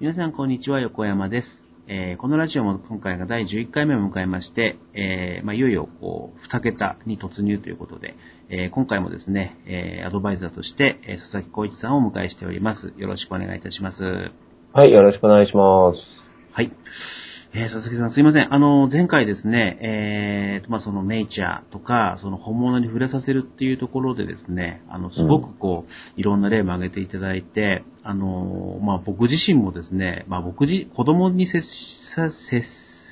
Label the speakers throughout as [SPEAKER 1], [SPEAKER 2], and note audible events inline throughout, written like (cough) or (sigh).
[SPEAKER 1] 皆さん、こんにちは。横山です。えーこのラジオも今回が第11回目を迎えまして、えーまあ、いよいよ、こう、2桁に突入ということで、えー今回もですね、えーアドバイザーとして、えー佐々木浩一さんをお迎えしております。よろしくお願いいたします。
[SPEAKER 2] はい、よろしくお願いします。
[SPEAKER 1] はい。えー佐々木さん、すいません。あの、前回ですね、えーと、まあ、そのネイチャーとか、その本物に触れさせるっていうところでですね、あの、すごくこう、いろんな例も挙げていただいて、あの、まあ、僕自身もですね、まあ、僕自、子供に接しさ、接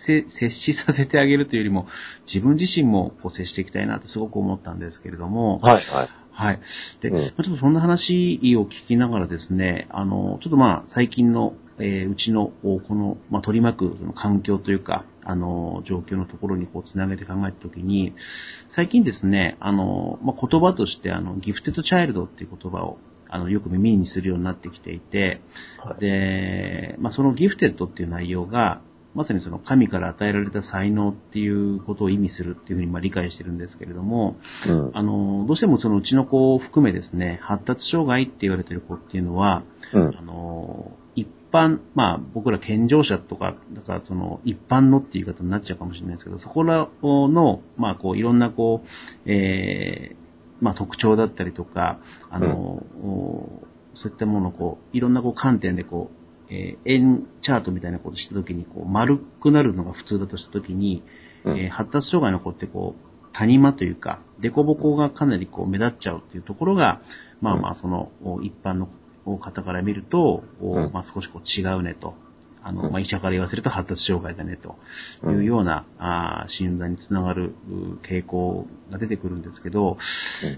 [SPEAKER 1] せ接しさせてあげるというよりも、自分自身もこう接していきたいなってすごく思ったんですけれども、
[SPEAKER 2] はい、はい。
[SPEAKER 1] はい。で、
[SPEAKER 2] うん
[SPEAKER 1] まあちょっとそんな話を聞きながらですね、あの、ちょっとまあ、最近の、えーうちの、おこの、まあ、取り巻くその環境というか、あの、状況のところにこう、つなげて考えたときに、最近ですね、あの、まあ、言葉として、あの、ギフテッドチャイルドっていう言葉を、あの、よく耳にするようになってきていて、
[SPEAKER 2] はい
[SPEAKER 1] で、まあ、そのギフテッドっていう内容が、まさにその神から与えられた才能っていうことを意味するっていうふうにまあ理解してるんですけれども、
[SPEAKER 2] うん。
[SPEAKER 1] あの、どうしてもそのうちの子を含めですね、発達障害って言われてる子っていうのは、
[SPEAKER 2] うん
[SPEAKER 1] あ。の、一般、まあ僕ら健常者とか、だからその一般のっていう言い方になっちゃうかもしれないですけど、そこらの、まあこういろんなこう、えーまあ特徴だったりとか、あの、
[SPEAKER 2] うん
[SPEAKER 1] おそういったものをこう、いろんなこう観点でこう、えー円チャートみたいなことしたときに、こう、丸くなるのが普通だとしたときに、
[SPEAKER 2] うん
[SPEAKER 1] えー発達障害の子ってこう、谷間というか、凸凹がかなりこう目立っちゃうっていうところが、まあまあその、お一般のお方から見ると、お
[SPEAKER 2] うん
[SPEAKER 1] まあ少しこう違うねと。あの、
[SPEAKER 2] うん
[SPEAKER 1] まあ医者から言わせると発達障害だねと
[SPEAKER 2] う
[SPEAKER 1] いうんような、あー診断につながるう傾向が出てくるんですけど、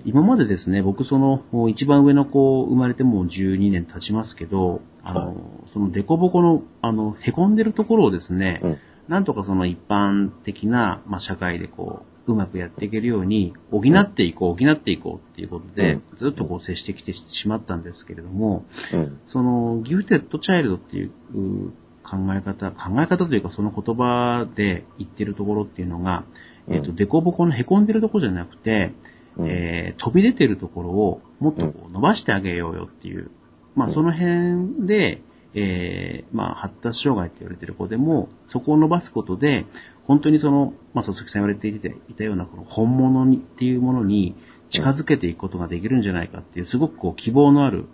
[SPEAKER 1] 今までですね、僕その、お一番上の子生まれてもう12年経ちますけど、あの、
[SPEAKER 2] は
[SPEAKER 1] その凸凹の、あの、凹んでるところをですね、
[SPEAKER 2] うん
[SPEAKER 1] なんとかその一般的な、まあ、社会でこう、うまくやっていけるように、補っていこう、補っていこうっていうことで、
[SPEAKER 2] うん
[SPEAKER 1] ずっとこう接してきてしまったんですけれども、
[SPEAKER 2] うん。
[SPEAKER 1] その、ギフテッドチャイルドっていうう考え方、考え方というかその言葉で言ってるところっていうのが、えっ、と、
[SPEAKER 2] うん
[SPEAKER 1] 凸凹の凹んでるところじゃなくて、
[SPEAKER 2] うん
[SPEAKER 1] えー飛び出てるところをもっとこう伸ばしてあげようよっていう、まあ
[SPEAKER 2] うん
[SPEAKER 1] その辺で、えーまあ発達障害って言われてる子でも、そこを伸ばすことで、本当にその、まあ佐々木さん言われていていたような、この本物にっていうものに近づけていくことができるんじゃないかっていう、すごくこう希望のある、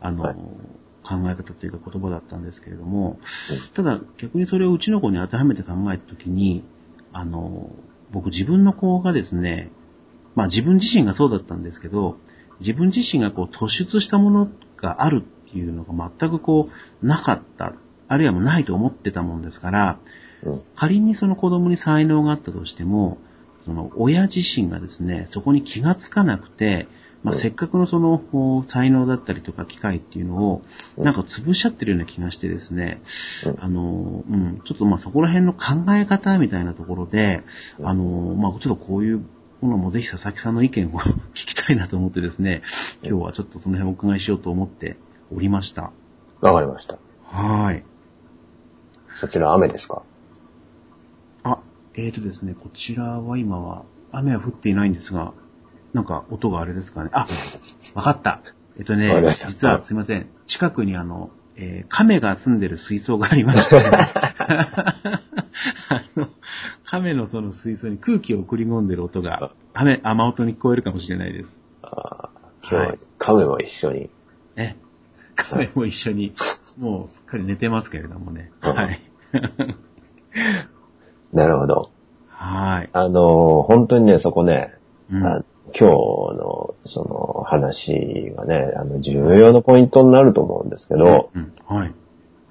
[SPEAKER 1] あの、
[SPEAKER 2] はい
[SPEAKER 1] 考え方というか言葉だったんですけれども、ただ逆にそれをうちの子に当てはめて考えたときに、あの、僕自分の子がですね、まあ自分自身がそうだったんですけど、自分自身がこう突出したものがあるっていうのが全くこうなかった、あるいはもうないと思ってたもんですから、
[SPEAKER 2] うん
[SPEAKER 1] 仮にその子供に才能があったとしても、その親自身がですね、そこに気がつかなくて、まあ、
[SPEAKER 2] うん
[SPEAKER 1] せっかくのその、こう才能だったりとか機会っていうのを、
[SPEAKER 2] うん
[SPEAKER 1] なんか潰しちゃってるような気がしてですね、
[SPEAKER 2] うん
[SPEAKER 1] あの、うん、ちょっとまあそこら辺の考え方みたいなところで、
[SPEAKER 2] うん
[SPEAKER 1] あの、まあちょっとこういうものもぜひ佐々木さんの意見を聞きたいなと思ってですね、今日はちょっとその辺をお伺いしようと思っておりました。
[SPEAKER 2] わかりました。
[SPEAKER 1] はい。
[SPEAKER 2] そちら雨ですか
[SPEAKER 1] あ、えーとですね、こちらは今は、雨は降っていないんですが、なんか音があれですかね。あ、わかった。えっとね
[SPEAKER 2] わかりまし、た
[SPEAKER 1] 実はすいません、近くにあの、えー亀が住んでる水槽がありまして、
[SPEAKER 2] (laughs)
[SPEAKER 1] あの、亀のその水槽に空気を送り込んでる音が、雨、雨音に聞こえるかもしれないです。
[SPEAKER 2] ああ、今日は
[SPEAKER 1] はい
[SPEAKER 2] 亀も一緒に。
[SPEAKER 1] ね。亀も一緒に、もうすっかり寝てますけれどもね。
[SPEAKER 2] うん
[SPEAKER 1] はい。
[SPEAKER 2] なるほど。
[SPEAKER 1] (laughs) はい。
[SPEAKER 2] あのー、本当にね、そこね、
[SPEAKER 1] うん
[SPEAKER 2] あ今日のその話がね、あの重要なポイントになると思うんですけど、
[SPEAKER 1] うん、はい。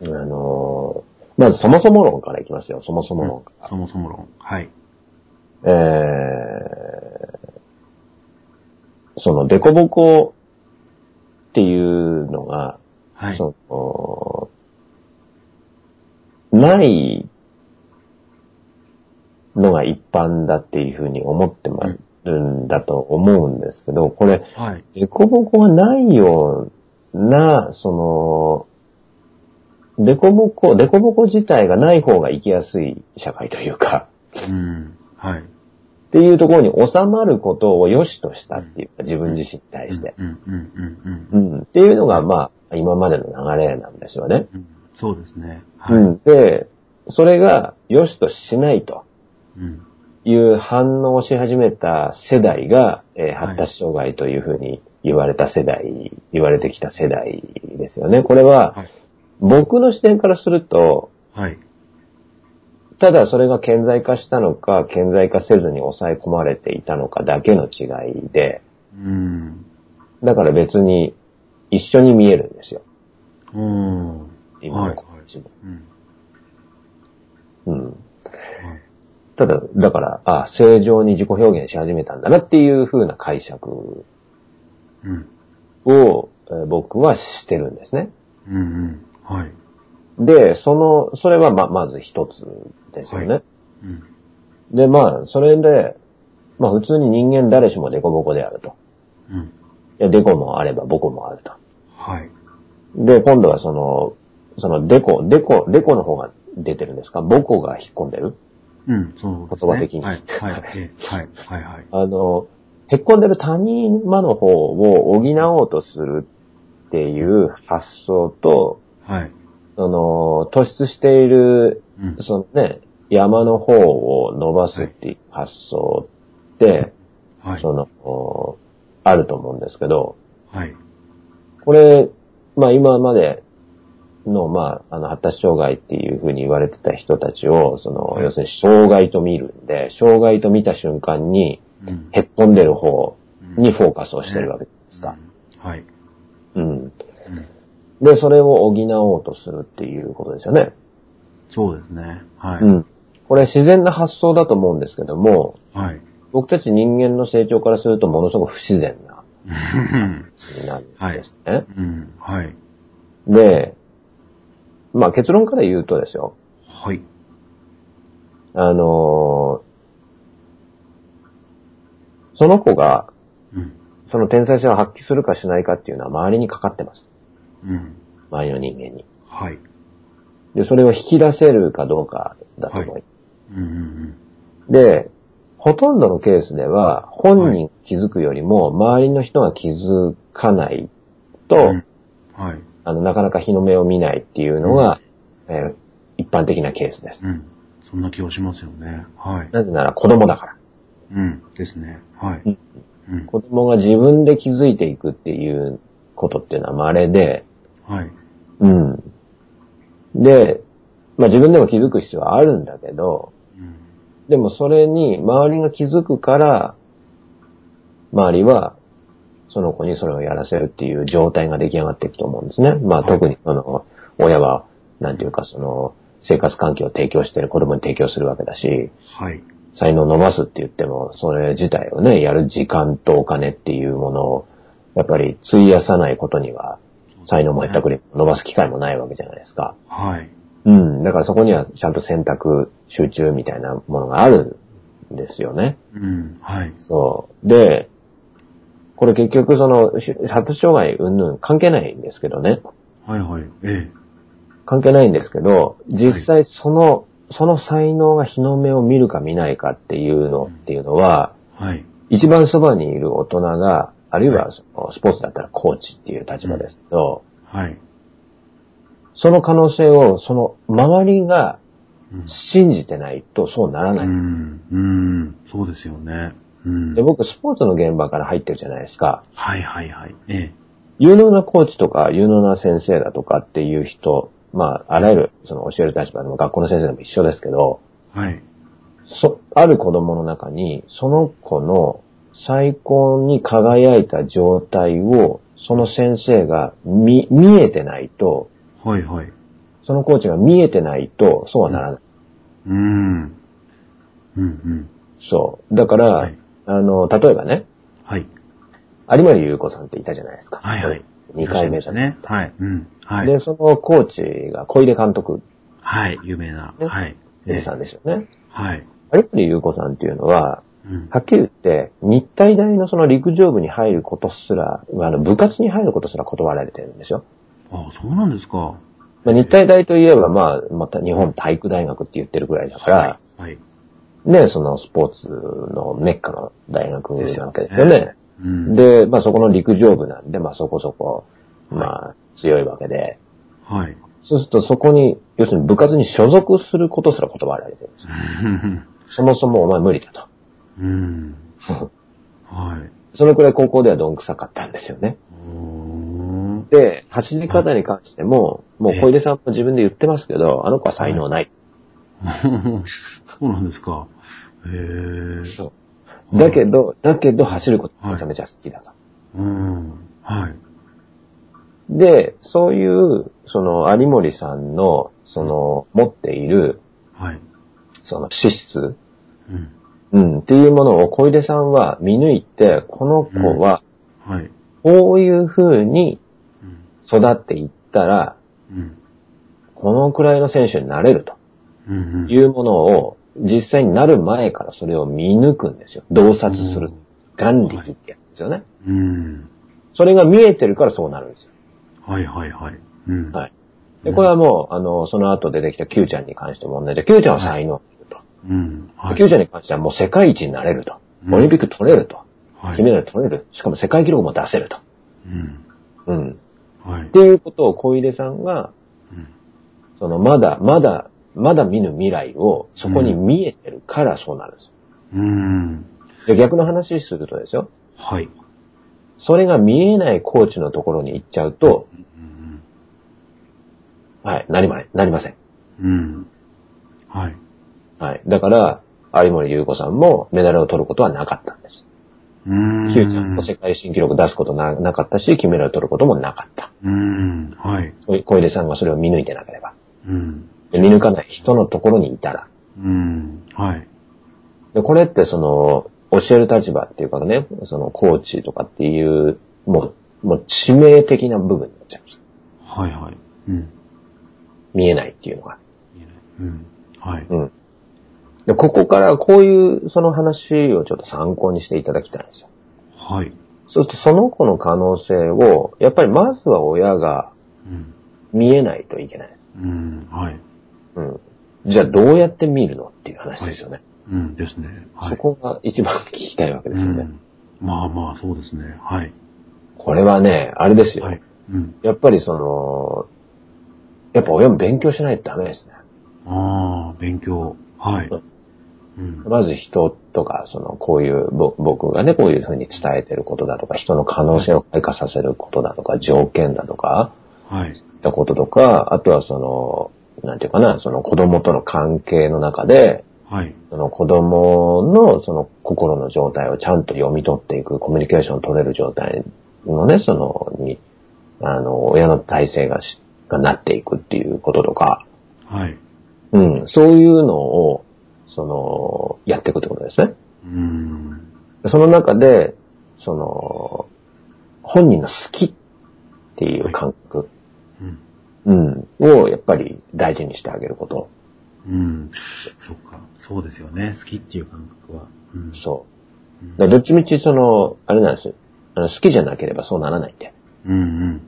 [SPEAKER 2] あのー、まずそもそも論からいきますよ、そもそも論から。
[SPEAKER 1] そもそも論。はい。
[SPEAKER 2] えー、その、デコボコっていうのが、
[SPEAKER 1] はい。
[SPEAKER 2] その、ないのが一般だっていうふうに思ってまるんだと思うんですけど、これ、
[SPEAKER 1] はい。
[SPEAKER 2] デコボコがないような、その、デコボコ、デコボコ自体がない方が生きやすい社会というか、
[SPEAKER 1] うん。はい。
[SPEAKER 2] っていうところに収まることを良しとしたっていうか、自分自身に対して。
[SPEAKER 1] うんうんうんうん
[SPEAKER 2] うん。っていうのが、まあ、今までの流れなんですよね。
[SPEAKER 1] うん。そうですね。は
[SPEAKER 2] う
[SPEAKER 1] い。うん。
[SPEAKER 2] ん。で、それが良しとしないという反応をし始めた世代が、えー
[SPEAKER 1] はい
[SPEAKER 2] 発達障害というふうに言われた世代、言われてきた世代ですよね。これは、
[SPEAKER 1] はい。
[SPEAKER 2] 僕の視点からすると、
[SPEAKER 1] はい。
[SPEAKER 2] ただそれが顕在化したのか、顕在化せずに抑え込まれていたのかだけの違いで、
[SPEAKER 1] うん。
[SPEAKER 2] だから別に一緒に見えるんですよ。
[SPEAKER 1] うん。
[SPEAKER 2] 今
[SPEAKER 1] はい
[SPEAKER 2] の子たちも
[SPEAKER 1] うん。
[SPEAKER 2] うん。
[SPEAKER 1] はい。
[SPEAKER 2] ただ、だから、あ正常に自己表現し始めたんだなっていう風な解釈
[SPEAKER 1] うん。
[SPEAKER 2] を、えー僕はしてるんですね。
[SPEAKER 1] うんうん。はい。
[SPEAKER 2] で、その、それはま、まず一つですよね。
[SPEAKER 1] はうん。
[SPEAKER 2] で、まあ、それで、まあ普通に人間誰しもデコボコであると。
[SPEAKER 1] うん。
[SPEAKER 2] いや、デコもあればボコもあると。
[SPEAKER 1] はい。
[SPEAKER 2] で、今度はその、そのデコ、デコ、デコの方が出てるんですかボコが引っ込んでる
[SPEAKER 1] うん。そうですね。
[SPEAKER 2] 言葉的に
[SPEAKER 1] はい。はい。ええはい。はい。はい。
[SPEAKER 2] あの、へっこんでる他人間の方を補おうとするっていう発想と、
[SPEAKER 1] はい。
[SPEAKER 2] その、突出している、
[SPEAKER 1] うん。
[SPEAKER 2] そのね、山の方を伸ばすっていう発想って、
[SPEAKER 1] はい。
[SPEAKER 2] その、おあると思うんですけど、
[SPEAKER 1] はい。
[SPEAKER 2] これ、まあ今までの、まあ、あの、発達障害っていうふうに言われてた人たちを、その、
[SPEAKER 1] はい
[SPEAKER 2] 要するに障害と見るんで、障害と見た瞬間に、
[SPEAKER 1] うん。
[SPEAKER 2] へっこんでる方
[SPEAKER 1] うん
[SPEAKER 2] にフォーカスをしてるわけじゃないですか。
[SPEAKER 1] うんはい。
[SPEAKER 2] うん。
[SPEAKER 1] うん。
[SPEAKER 2] で、それを補おうとするっていうことですよね。
[SPEAKER 1] そうですね。はい。
[SPEAKER 2] うん。これ自然な発想だと思うんですけども、
[SPEAKER 1] はい。
[SPEAKER 2] 僕たち人間の成長からするとものすごく不自然な
[SPEAKER 1] うん
[SPEAKER 2] 話になるんですね。
[SPEAKER 1] うん。はい。
[SPEAKER 2] で、まあ結論から言うとですよ、
[SPEAKER 1] はい。
[SPEAKER 2] あのーその子が
[SPEAKER 1] うん。
[SPEAKER 2] その天才性を発揮するかしないかっていうのは周りにかかってます。
[SPEAKER 1] うん。
[SPEAKER 2] 周りの人間に。
[SPEAKER 1] はい。
[SPEAKER 2] で、それを引き出せるかどうかだと思います。
[SPEAKER 1] はうんうん
[SPEAKER 2] で、ほとんどのケースでは、本人気づくよりも、周りの人が気づかないと、
[SPEAKER 1] うん。うんはい。
[SPEAKER 2] あの、なかなか日の目を見ないっていうのが、えー一般的なケースです。
[SPEAKER 1] うん。そんな気はしますよね。はい。
[SPEAKER 2] なぜなら子供だから。
[SPEAKER 1] うん。ですね。はい。
[SPEAKER 2] うん
[SPEAKER 1] うん。
[SPEAKER 2] 子供が自分で気づいていくっていうことっていうのは稀で、
[SPEAKER 1] はい。
[SPEAKER 2] うん。で、まあ自分でも気づく必要はあるんだけど、
[SPEAKER 1] うん。
[SPEAKER 2] でもそれに周りが気づくから、周りはその子にそれをやらせるっていう状態が出来上がっていくと思うんですね。まあ
[SPEAKER 1] はい
[SPEAKER 2] 特にその、親は、なんていうかその、生活環境を提供してる子供に提供するわけだし、
[SPEAKER 1] はい。
[SPEAKER 2] 才能を伸ばすって言っても、それ自体をね、やる時間とお金っていうものを、やっぱり費やさないことには、才能も減ったく
[SPEAKER 1] り。
[SPEAKER 2] り、伸ばす機会もないわけじゃないですか。
[SPEAKER 1] はい。
[SPEAKER 2] うん。だからそこにはちゃんと選択、集中みたいなものがあるんですよね。
[SPEAKER 1] うん。はい。
[SPEAKER 2] そう。で、これ結局その、し発達障害云々関係ないんですけどね。
[SPEAKER 1] はいはい。ええ。
[SPEAKER 2] 関係ないんですけど、実際その、その才能が日の目を見るか見ないかっていうのっていうのは、
[SPEAKER 1] はい。
[SPEAKER 2] 一番そばにいる大人が、あるい
[SPEAKER 1] は
[SPEAKER 2] はそのスポーツだったらコーチっていう立場ですけど、
[SPEAKER 1] はい。
[SPEAKER 2] その可能性をその周りが
[SPEAKER 1] うん
[SPEAKER 2] 信じてないとそうなら
[SPEAKER 1] う
[SPEAKER 2] ない。
[SPEAKER 1] ん。うん。そうですよね。うん
[SPEAKER 2] で、。僕、スポーツの現場から入ってるじゃないですか。
[SPEAKER 1] はいはいはい。ええ。
[SPEAKER 2] 有能なコーチとか、有能な先生だとかっていう人、まあ、あらゆる、その教える立場でも学校の先生でも一緒ですけど、
[SPEAKER 1] はい。
[SPEAKER 2] そ、ある子供の中に、その子の最高に輝いた状態を、その先生が見、見えてないと、
[SPEAKER 1] はいはい。
[SPEAKER 2] そのコーチが見えてないと、そうはならない。
[SPEAKER 1] うん。うんうん。
[SPEAKER 2] そう。だから、
[SPEAKER 1] はい
[SPEAKER 2] あの、例えばね、
[SPEAKER 1] はい。
[SPEAKER 2] 有森裕子さんっていたじゃないですか。
[SPEAKER 1] はいはい。
[SPEAKER 2] 2回目
[SPEAKER 1] で
[SPEAKER 2] ですす
[SPEAKER 1] ね。はい。うん。はい。
[SPEAKER 2] で、そのコーチが小出監督
[SPEAKER 1] はい、有名な。
[SPEAKER 2] ね
[SPEAKER 1] はい。
[SPEAKER 2] さんですよね。
[SPEAKER 1] はい。
[SPEAKER 2] 有森裕子さんっていうのは、
[SPEAKER 1] うん。
[SPEAKER 2] はっきり言って、日体大のその陸上部に入ることすら、あの部活に入ることすら断られてるんですよ。
[SPEAKER 1] あ、そうなんですか。
[SPEAKER 2] まあ、日体大といえば、まあ、また日本体育大学って言ってるぐらいだから、
[SPEAKER 1] い。はい。
[SPEAKER 2] ね、そのスポーツのメッカの大学なわけですよ
[SPEAKER 1] です
[SPEAKER 2] ね。
[SPEAKER 1] うん。
[SPEAKER 2] で、まあそこの陸上部なんで、まあそこそこ、まあ強いわけで、
[SPEAKER 1] はい。 (laughs)
[SPEAKER 2] そうするとそこに、要するに部活に所属することすら断られてるんですよ。そもそもお前無理だと。
[SPEAKER 1] うん。はい。
[SPEAKER 2] そのくらい高校ではどんくさかったんですよね。
[SPEAKER 1] おー (laughs)
[SPEAKER 2] で、走り方に関しても、もう小出さんも自分で言ってますけど、あの子は才能ない。
[SPEAKER 1] そうなんですか。へえ。
[SPEAKER 2] そうだけど、だけど走ることめちゃめちゃ好きだと。
[SPEAKER 1] うん。はい。
[SPEAKER 2] で、そういう、その、有森さんの、その、持っている、
[SPEAKER 1] はい。
[SPEAKER 2] その、資質、
[SPEAKER 1] うん。
[SPEAKER 2] うん、っていうものを小出さんは見抜いて、この子は、
[SPEAKER 1] はい。
[SPEAKER 2] こういう風に
[SPEAKER 1] うん。
[SPEAKER 2] 育っていったら、
[SPEAKER 1] うん。
[SPEAKER 2] このくらいの選手になれると
[SPEAKER 1] うん。
[SPEAKER 2] いうものを、実際になる前からそれを見抜くんですよ。洞察する。眼力ってやつですよね。
[SPEAKER 1] うん。
[SPEAKER 2] それが見えてるからそうなるんですよ。
[SPEAKER 1] はいはいはい。うん。
[SPEAKER 2] はい。で、これはもう、あの、その後出てきた Q ちゃんに関しても同じで、Q ちゃんは才能があると。
[SPEAKER 1] うん。はい。
[SPEAKER 2] Q ちゃんに関してはもう世界一になれると。
[SPEAKER 1] うん
[SPEAKER 2] オリンピック取れると。
[SPEAKER 1] はい。
[SPEAKER 2] 金メダル取れる。しかも世界記録も出せると。
[SPEAKER 1] うん。
[SPEAKER 2] うん。
[SPEAKER 1] はい。
[SPEAKER 2] っていうことを小出さんが、
[SPEAKER 1] うん
[SPEAKER 2] その、まだ、まだ、まだ見ぬ未来を、そこに見えてるからそうなるんですよ。
[SPEAKER 1] うん。
[SPEAKER 2] で、逆の話するとですよ。
[SPEAKER 1] はい。
[SPEAKER 2] それが見えないコーチのところに行っちゃうと、
[SPEAKER 1] うん。
[SPEAKER 2] はい、なりません。なりません。
[SPEAKER 1] うん。はい。
[SPEAKER 2] はい。だから、有森優子さんもメダルを取ることはなかったんです。
[SPEAKER 1] うん。
[SPEAKER 2] キューちゃんも世界新記録出すことななかったし、金メダル取ることもなかった。
[SPEAKER 1] うん。はい。
[SPEAKER 2] 小小出さんがそれを見抜いてなければ。
[SPEAKER 1] うん。
[SPEAKER 2] で見抜かない人のところにいたら。
[SPEAKER 1] うん。はい。
[SPEAKER 2] で、これってその、教える立場っていうかね、そのコーチとかっていう、もう、もう致命的な部分になっちゃうんです。
[SPEAKER 1] はいはい。うん。
[SPEAKER 2] 見えないっていうのが。
[SPEAKER 1] うん。はい。
[SPEAKER 2] うん。で、ここからこういうその話をちょっと参考にしていただきたいんですよ。
[SPEAKER 1] はい。
[SPEAKER 2] そうするとその子の可能性を、やっぱりまずは親が
[SPEAKER 1] うん。
[SPEAKER 2] 見えないといけないです。
[SPEAKER 1] うん。はい。
[SPEAKER 2] うん。じゃあどうやって見るのっていう話ですよね。
[SPEAKER 1] うんですね。はい。
[SPEAKER 2] そこが一番聞きたいわけですよね。
[SPEAKER 1] うん。まあまあ、そうですね。はい。
[SPEAKER 2] これはね、あれですよ。
[SPEAKER 1] はい。うん。
[SPEAKER 2] やっぱりその、やっぱ親も勉強しないとダメですね。
[SPEAKER 1] ああ、勉強。はい。うん。
[SPEAKER 2] まず人とか、その、こういう、ぼ僕がね、こういうふうに伝えてることだとか、人の可能性を開花させることだとか、条件だとか、
[SPEAKER 1] はい。
[SPEAKER 2] そういったこととか、あとはその、なんていうかな、その子供との関係の中で、
[SPEAKER 1] はい。
[SPEAKER 2] その子供のその心の状態をちゃんと読み取っていく、コミュニケーション取れる状態のね、その、に、あの、親の体制がし、がなっていくっていうこととか、
[SPEAKER 1] はい。
[SPEAKER 2] うん、そういうのを、その、やっていくってことですね。
[SPEAKER 1] うん。
[SPEAKER 2] その中で、その、本人の好きっていう感覚、
[SPEAKER 1] うん。
[SPEAKER 2] うん、をやっぱり大事にしてあげること。
[SPEAKER 1] うん。そっか。そうですよね。好きっていう感覚は。うん。
[SPEAKER 2] そう。
[SPEAKER 1] うん
[SPEAKER 2] だからどっちみちその、あれなんですよ。あの好きじゃなければそうならないんで。
[SPEAKER 1] うんうん。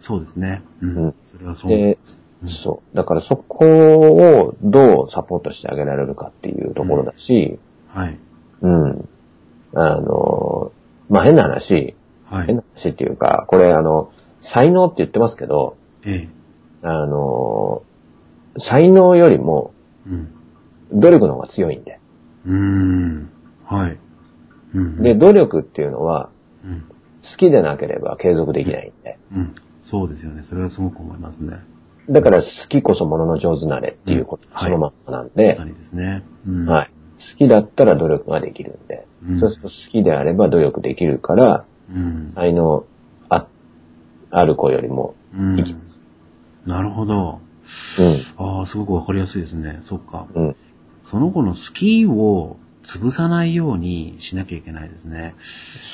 [SPEAKER 1] そうですね。うん。
[SPEAKER 2] うん
[SPEAKER 1] それはそう。
[SPEAKER 2] で、
[SPEAKER 1] うん
[SPEAKER 2] そう。だからそこをどうサポートしてあげられるかっていうところだし、
[SPEAKER 1] はい。
[SPEAKER 2] うん。あの、まあ、変な話、
[SPEAKER 1] はい
[SPEAKER 2] 変な。話っていうか、これあの、才能って言ってますけど、
[SPEAKER 1] ええ。
[SPEAKER 2] あの、才能よりも
[SPEAKER 1] うん。
[SPEAKER 2] 努力の方が強いんで。
[SPEAKER 1] うーん。はい。うん。
[SPEAKER 2] で、努力っていうのは
[SPEAKER 1] うん。
[SPEAKER 2] 好きでなければ継続できないんで。
[SPEAKER 1] うん。そうですよね。それはすごく思いますね。
[SPEAKER 2] だから好きこそものの上手なれっていうこと
[SPEAKER 1] うん
[SPEAKER 2] そのまんまなん
[SPEAKER 1] ま
[SPEAKER 2] で
[SPEAKER 1] さ、にですね。うん。
[SPEAKER 2] はい。。好きだったら努力ができるんで
[SPEAKER 1] うん。
[SPEAKER 2] そうすると好きであれば努力できるから、
[SPEAKER 1] うん。
[SPEAKER 2] 才能あ、ある子よりも、
[SPEAKER 1] うん
[SPEAKER 2] いきま。
[SPEAKER 1] なるほど。
[SPEAKER 2] う
[SPEAKER 1] ああ、すごくわかりやすいですね。そっか。
[SPEAKER 2] ん、うん。
[SPEAKER 1] その子の好きを潰さないようにしなきゃいけないですね。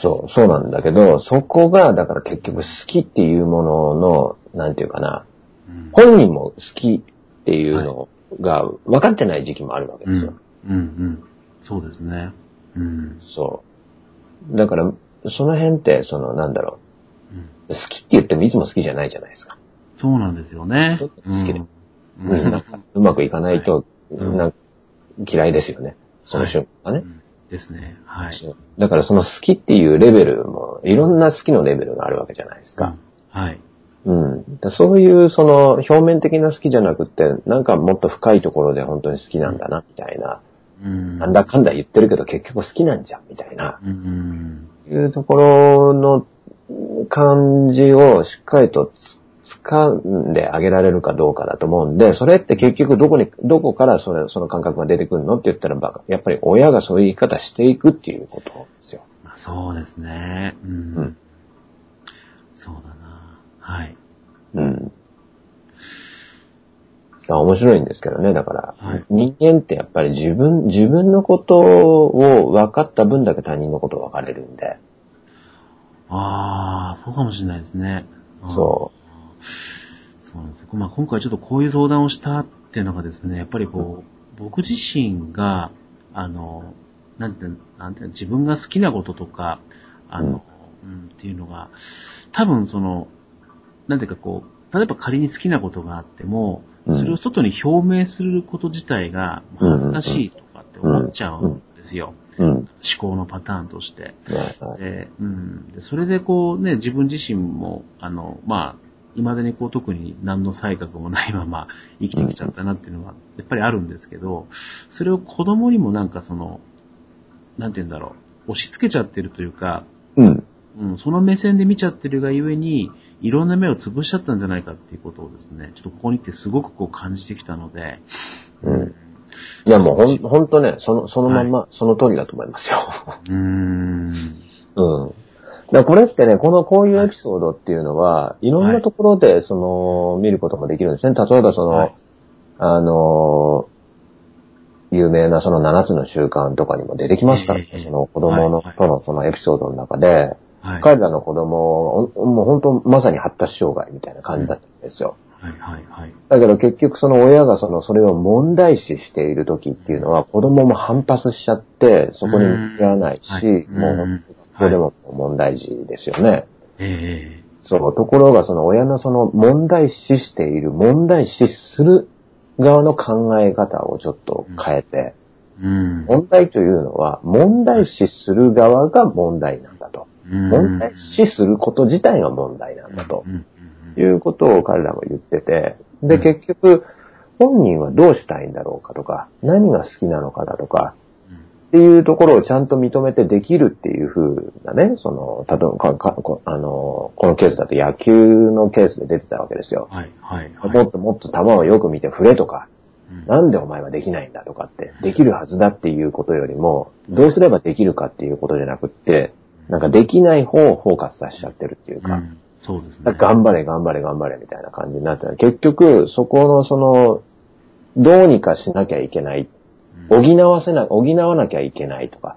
[SPEAKER 2] そう、そうなんだけど、そこが、だから結局好きっていうものの、なんていうかな、
[SPEAKER 1] うん。
[SPEAKER 2] 本人も好きっていうのが分かってない時期もあるわけ
[SPEAKER 1] う
[SPEAKER 2] で
[SPEAKER 1] ん。う
[SPEAKER 2] すよ。
[SPEAKER 1] ん。うん。そうですね。うん。
[SPEAKER 2] そう。だから、その辺って、その、なんだろ
[SPEAKER 1] うん
[SPEAKER 2] う、好きって言ってもいつも好きじゃないじゃないですか。
[SPEAKER 1] そうなんですよね。
[SPEAKER 2] ちょっと好きで
[SPEAKER 1] うん
[SPEAKER 2] うん、なんかうまくいかないと、
[SPEAKER 1] うん
[SPEAKER 2] なんか嫌いですよね。その瞬間
[SPEAKER 1] う
[SPEAKER 2] ね。
[SPEAKER 1] んですね。はい。
[SPEAKER 2] そうだからその好きっていうレベルも、いろんな好きのレベルがあるわけじゃないですか。
[SPEAKER 1] はい。
[SPEAKER 2] うん。だそういう、その、表面的な好きじゃなくって、なんかもっと深いところで本当に好きなんだな、みたいな。
[SPEAKER 1] うん。
[SPEAKER 2] なんだかんだ言ってるけど結局好きなんじゃん、みたいな。
[SPEAKER 1] うん。
[SPEAKER 2] いうところの感じをしっかりとつ掴んであげられるかどうかだと思うんで、それって結局どこに、どこからそれその感覚が出てくるのって言ったらば、やっぱり親がそういう言い方していくっていうことですよ。
[SPEAKER 1] まあそうですね。うん。
[SPEAKER 2] うん
[SPEAKER 1] そうだな。はい。
[SPEAKER 2] うん。あ面白いんですけどね、だから、
[SPEAKER 1] はい
[SPEAKER 2] 人間ってやっぱり自分、自分のことを分かった分だけ他人のことを分かれるんで、
[SPEAKER 1] ああ、そうかもしれないですね。。
[SPEAKER 2] そう
[SPEAKER 1] そうなんですよ。まあ今回ちょっとこういう相談をしたっていうのがですね、やっぱりこう、僕自身が、あの、なんて、なんて、自分が好きなこととか、あの、うん、っていうのが、多分その、なんていうかこう、例えば仮に好きなことがあっても、
[SPEAKER 2] うん
[SPEAKER 1] それを外に表明すること自体が恥ずかしいとかって思っちゃうんですよ。
[SPEAKER 2] う。うん。
[SPEAKER 1] 思考のパターンとして。
[SPEAKER 2] はいはい
[SPEAKER 1] で、うん。でそれでこうね、自分自身も、あの、まあ、未だにこう特に何の才覚もないまま生きてきちゃったなっていうのは、やっぱりあるんですけど、それを子供にもなんかその、なんて言うんだろう、押し付けちゃってるというか、
[SPEAKER 2] うん。
[SPEAKER 1] うん、その目線で見ちゃってるがゆえに、いろんな目を潰しちゃったんじゃないかっていうことをですね、ちょっとここに来てすごくこう感じてきたので、
[SPEAKER 2] うん。いやもうほん、ほんとね、その、そのまんま、その通りだと思いますよ。
[SPEAKER 1] うーん。
[SPEAKER 2] うん。だからこれってね、この、こういうエピソードっていうのは、いろんなところで、その、見ることもできるんですね。例えば、その、
[SPEAKER 1] はい
[SPEAKER 2] あの、有名なその7つの習慣とかにも出てきますからね
[SPEAKER 1] ええええ
[SPEAKER 2] その子供の
[SPEAKER 1] はい
[SPEAKER 2] とのそのエピソードの中で、
[SPEAKER 1] はい。はい
[SPEAKER 2] 彼らの子供は、おもう本当まさに発達障害みたいな感じだったんですよ。
[SPEAKER 1] はいはい。
[SPEAKER 2] だけど結局その親がその、それを問題視している時っていうのは子供も反発しちゃって、そこに向き合わないし、
[SPEAKER 1] うんはい
[SPEAKER 2] も
[SPEAKER 1] う、
[SPEAKER 2] うんここでも問題児ですよね。
[SPEAKER 1] ええ
[SPEAKER 2] そう、ところがその親のその問題視している、問題視する側の考え方をちょっと変えて、
[SPEAKER 1] うん。
[SPEAKER 2] 問題というのは問題視する側が問題なんだと。問
[SPEAKER 1] 問
[SPEAKER 2] 題視すること自体が問題なんだと。いうことを彼らも言ってて、で、
[SPEAKER 1] うん
[SPEAKER 2] 結局、本人はどうしたいんだろうかとか、何が好きなのかだとか、っていうところをちゃんと認めてできるっていう風なね、その、例えばかかこ、あの、このケースだと野球のケースで出てたわけですよ。
[SPEAKER 1] はい、はい、
[SPEAKER 2] もっともっと球をよく見て振れとか、
[SPEAKER 1] は
[SPEAKER 2] なんでお前はできないんだとかって、できるはずだっていうことよりも、どうすればできるかっていうことじゃなくって、なんかできない方をフォーカスさせちゃってるっていう
[SPEAKER 1] い。う
[SPEAKER 2] か、
[SPEAKER 1] んそうですね。
[SPEAKER 2] 頑張れ、頑張れ、頑張れ、みたいな感じになってた結局、そこの、その、どうにかしなきゃいけない。
[SPEAKER 1] う
[SPEAKER 2] 補
[SPEAKER 1] ん
[SPEAKER 2] わせな、補わなきゃいけないとか、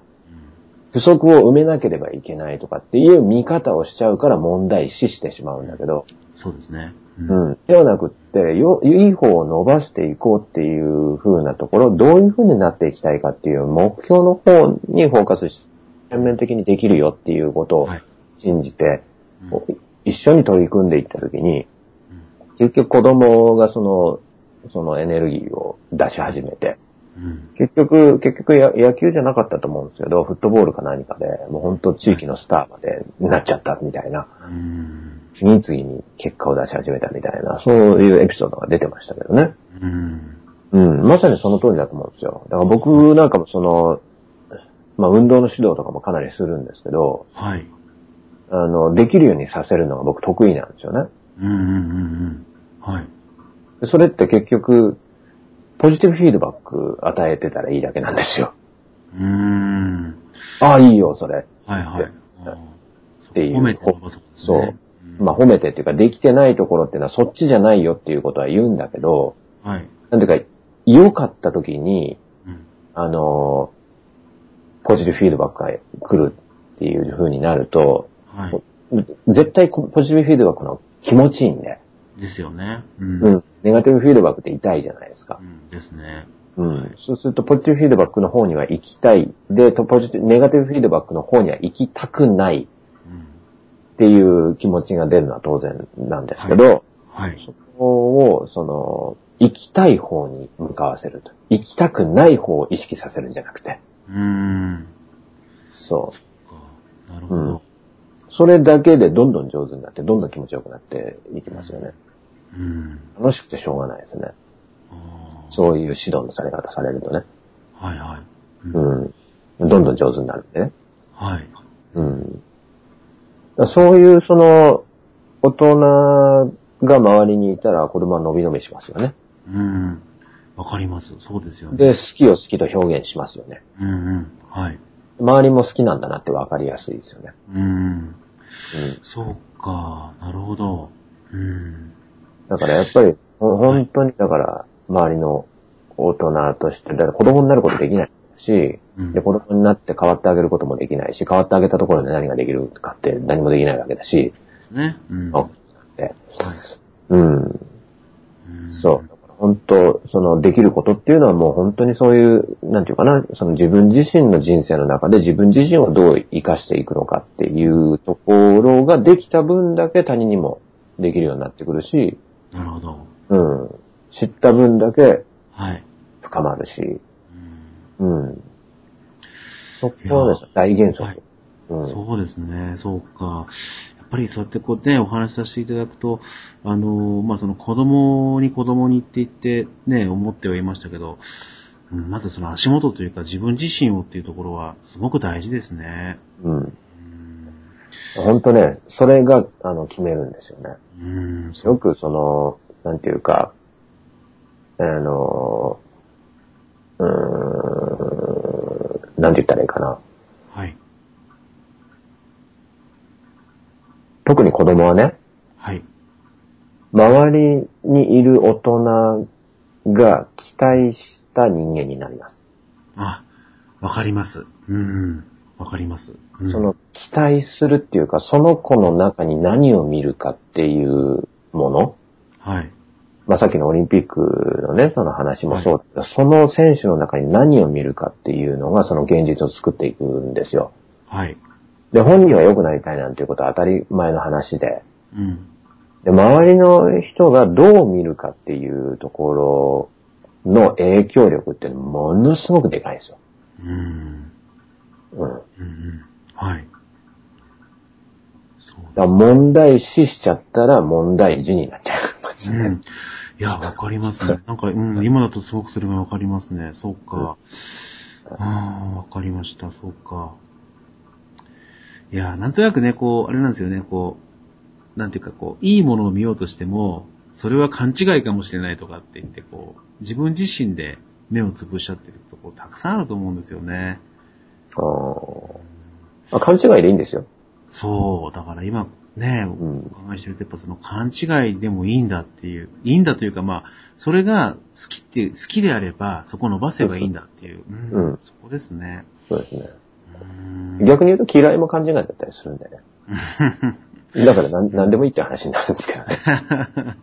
[SPEAKER 2] 不足を埋めなければいけないとかっていう見方をしちゃうから問題視してしまうんだけど、
[SPEAKER 1] そうですね。う
[SPEAKER 2] うんん。ではなくって、よ、いい方を伸ばしていこうっていう風なところ、どういう風になっていきたいかっていう目標の方にフォーカスし、全面的にできるよっていうことを
[SPEAKER 1] はい
[SPEAKER 2] 信じて、
[SPEAKER 1] うん
[SPEAKER 2] こう一緒に取り組んでいったとき
[SPEAKER 1] う
[SPEAKER 2] に、
[SPEAKER 1] ん
[SPEAKER 2] 結局子供がその、そのエネルギーを出し始めて、
[SPEAKER 1] うん
[SPEAKER 2] 結局、結局や野球じゃなかったと思うんですけど、フットボールか何かで、もう本当地域のスターまでなっちゃったみたいな、
[SPEAKER 1] うん
[SPEAKER 2] 次々に結果を出し始めたみたいな、そういうエピソードが出てましたけどね。
[SPEAKER 1] うん
[SPEAKER 2] うん、まさにその通りだと思うんですよ。だから僕なんかもその、まあ運動の指導とかもかなりするんですけど、
[SPEAKER 1] はい。
[SPEAKER 2] あの、できるようにさせるのが僕得意なんですよね。
[SPEAKER 1] うんうんうんうん。はい。
[SPEAKER 2] でそれって結局、ポジティブフィードバック与えてたらいいだけなんですよ。
[SPEAKER 1] うん。
[SPEAKER 2] ああ、いいよ、それ。
[SPEAKER 1] はいはい。あー
[SPEAKER 2] っていう
[SPEAKER 1] 褒めて伸ばそうですね。
[SPEAKER 2] そう
[SPEAKER 1] うん
[SPEAKER 2] まあ、褒めてっていうか、できてないところっていうのはそっちじゃないよっていうことは言うんだけど、
[SPEAKER 1] はい。
[SPEAKER 2] なんていうか、良かった時に、
[SPEAKER 1] うん
[SPEAKER 2] あの、ポジティブフィードバックが来るっていう風になると、
[SPEAKER 1] は
[SPEAKER 2] 絶対こポジティブフィードバックの気持ちいいんで、
[SPEAKER 1] い。ですよね。うん
[SPEAKER 2] うん。ネガティブフィードバックって痛いじゃないですか
[SPEAKER 1] う。んですね。
[SPEAKER 2] うん。そうすると、ポジティブフィードバックの方には行きたい。で、とポジティブ、ネガティブフィードバックの方には行きたくない
[SPEAKER 1] うん
[SPEAKER 2] っていう気持ちが出るのは当然なんですけど、
[SPEAKER 1] はい。
[SPEAKER 2] そこを、その、行きたい方に向かわせると。行きたくない方を意識させるんじゃなくて。
[SPEAKER 1] うん。
[SPEAKER 2] そ
[SPEAKER 1] かなるほど。
[SPEAKER 2] それだけでどんどん上手になって、どんどん気持ちよくなっていきますよね。
[SPEAKER 1] うん。
[SPEAKER 2] 楽しくてしょうがないですね。
[SPEAKER 1] あー
[SPEAKER 2] そういう指導のされ方されるとね。
[SPEAKER 1] はいはい。うん
[SPEAKER 2] うん。どんどん上手になるんでね。
[SPEAKER 1] はい。
[SPEAKER 2] うん。だからそういう、その、大人が周りにいたら子供は伸び伸びしますよね。
[SPEAKER 1] うん。わかります。そうですよね。
[SPEAKER 2] で、好きを好きと表現しますよね。
[SPEAKER 1] うんうん。はい。
[SPEAKER 2] 周りも好きなんだなって分かりやすいですよね。
[SPEAKER 1] うん。そうか。なるほど。うん。
[SPEAKER 2] うん。だからやっぱり、ほ本当に、だから、周りの大人として、だから子供になることできないし、
[SPEAKER 1] うん
[SPEAKER 2] で、子供になって変わってあげることもできないし、変わってあげたところで何ができるかって何もできないわけだし、
[SPEAKER 1] ですね。うん。
[SPEAKER 2] あ
[SPEAKER 1] は
[SPEAKER 2] でうん。
[SPEAKER 1] いん
[SPEAKER 2] そう。だから本当、その、できることっていうのはもう本当にそういう、なんていうかな、その自分自身の人生の中で自分自身をどう生かしていくのかっていうところができた分だけ他人にもできるようになってくるし、
[SPEAKER 1] なるほど。
[SPEAKER 2] うん。知った分だけ
[SPEAKER 1] はい。
[SPEAKER 2] 深まるし、
[SPEAKER 1] うん
[SPEAKER 2] うん。そこはですね、大原則。
[SPEAKER 1] はい
[SPEAKER 2] うん。
[SPEAKER 1] そうですね。そうか。やっぱりそうやってこうね、お話しさせていただくと、あの、まあ、その子供に子供にって言ってね、思ってはいましたけど、うんまずその足元というか自分自身をっていうところはすごく大事ですね。
[SPEAKER 2] う
[SPEAKER 1] う
[SPEAKER 2] ん。
[SPEAKER 1] ん。
[SPEAKER 2] 本当ね、それが、あの、決めるんですよね。
[SPEAKER 1] うん。
[SPEAKER 2] よくその、なんていうか、あの、うーん、なんて言ったらいいかな。
[SPEAKER 1] はい。
[SPEAKER 2] 特に子供はね、
[SPEAKER 1] はい。
[SPEAKER 2] 周りにいる大人が期待した人間になります。
[SPEAKER 1] あ、わかります。うん。わかります。うん
[SPEAKER 2] その期待するっていうか、その子の中に何を見るかっていうもの。
[SPEAKER 1] はい。
[SPEAKER 2] まあ、さっきのオリンピックのね、その話もそうだけど、その選手の中に何を見るかっていうのが、その現実を作っていくんですよ。
[SPEAKER 1] はい。
[SPEAKER 2] で、本人は良くなりたいなんていうことは当たり前の話で、
[SPEAKER 1] うん。
[SPEAKER 2] で、周りの人がどう見るかっていうところの影響力っていうのはものすごくでかいんですよ。
[SPEAKER 1] うん。
[SPEAKER 2] うん。だか
[SPEAKER 1] うんうん。はい。そう
[SPEAKER 2] ら問題視しちゃったら問題児になっちゃいます
[SPEAKER 1] う
[SPEAKER 2] ね。
[SPEAKER 1] ん。いや、わかり (laughs) ますね。なんか、うん、今だとすごくそれがわかりますね。そうか。ああ、わかりました。そうか。いや、なんとなくね、こう、あれなんですよね、こう、なんていうか、こう、いいものを見ようとしても、それは勘違いかもしれないとかって言って、こう、自分自身で目をつぶしちゃってるとこたくさんあると思うんですよね。
[SPEAKER 2] うんあ勘違いでいいんですよ。
[SPEAKER 1] そう、だから今、ね、
[SPEAKER 2] う
[SPEAKER 1] お
[SPEAKER 2] ん。
[SPEAKER 1] 伺いしてると、やっぱその勘違いでもいいんだっていう、いいんだというか、まあ、それが好きって、好きであれば、そこ伸ばせばいいんだっていう、うん
[SPEAKER 2] うん
[SPEAKER 1] そこですね。
[SPEAKER 2] そうですね。
[SPEAKER 1] うん
[SPEAKER 2] 逆に言うと嫌いも勘違いだったりするんでね。だからなん何でもいいって話になるんですけどね。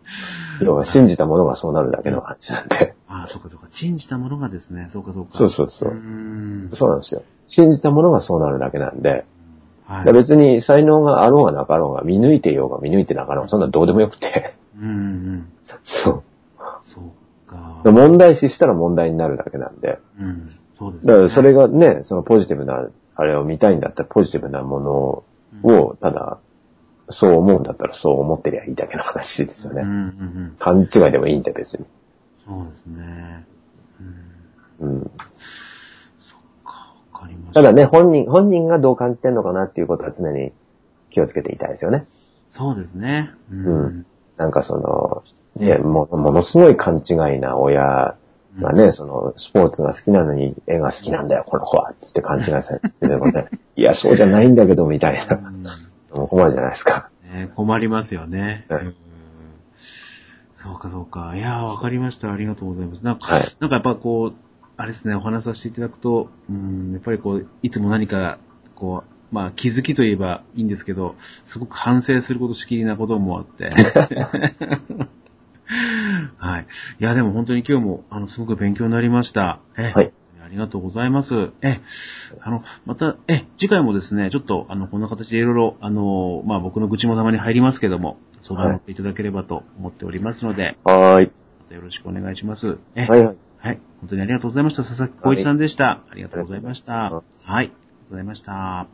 [SPEAKER 2] 要は信じたものがそうなるだけの話なんで。
[SPEAKER 1] (laughs) ああ、そうかそうか。信じたものがですね、そうかそうか。
[SPEAKER 2] そうそうそう
[SPEAKER 1] う。ん。
[SPEAKER 2] そうなんですよ。信じたものがそうなるだけなんで、だ
[SPEAKER 1] はい
[SPEAKER 2] から。別に才能があろうがなかろうが、見抜いていようが見抜いてなかろうが、そんなのどうでもよくて。 (laughs)
[SPEAKER 1] うんうん。
[SPEAKER 2] そ
[SPEAKER 1] そうか
[SPEAKER 2] う。。問題視したら問題になるだけなんで。
[SPEAKER 1] うん。そうですね。
[SPEAKER 2] だからそれがね、そのポジティブな、あれを見たいんだったら、ポジティブなも
[SPEAKER 1] う
[SPEAKER 2] の
[SPEAKER 1] ん、
[SPEAKER 2] を、ただ、そう思うんだったらそう思ってりゃいいだけの話ですよ
[SPEAKER 1] うんう
[SPEAKER 2] ね。
[SPEAKER 1] んうん。
[SPEAKER 2] 勘違いでもいいんで別に。
[SPEAKER 1] そうですね。うん。
[SPEAKER 2] うん。
[SPEAKER 1] そっか、わかりました。
[SPEAKER 2] ただね、本人、本人がどう感じてんのかなっていうことは常に気をつけていたいですよね。
[SPEAKER 1] そうですね。うん。
[SPEAKER 2] うんなんかその、ね、もものすごい勘違いな親がね、その、スポーツが好きなのに、絵が好きなんだよ、この子は、つって勘違いされててもね、いや、そうじゃないんだけど、みたいな。もう困るじゃないですか。
[SPEAKER 1] ね、困りますよね。
[SPEAKER 2] はい
[SPEAKER 1] うんそうか、そうか。いやー、わかりました。ありがとうございます。なんか、
[SPEAKER 2] はい
[SPEAKER 1] なんかやっぱこう、あれですね、お話しさせていただくと、うん、やっぱりこう、いつも何か、こう、まあ、気づきといえばいいんですけど、すごく反省することしきりなこともあって。はい。いや、でも本当に今日も、あの、すごく勉強になりました。え
[SPEAKER 2] はい。
[SPEAKER 1] ありがとうございます。え、あの、また、え、次回もですね、ちょっと、あの、こんな形でいろいろ、あの、まあ、僕の愚痴もたまに入りますけども、相談乗っていただければと思っておりますので、
[SPEAKER 2] はーい。
[SPEAKER 1] またよろしくお願いします。え、
[SPEAKER 2] はいはい。
[SPEAKER 1] はい。本当にありがとうございました。佐々木浩一さんでした。ありがとうございました。
[SPEAKER 2] ありがと
[SPEAKER 1] は
[SPEAKER 2] う
[SPEAKER 1] い。
[SPEAKER 2] ご
[SPEAKER 1] ありがとうございました。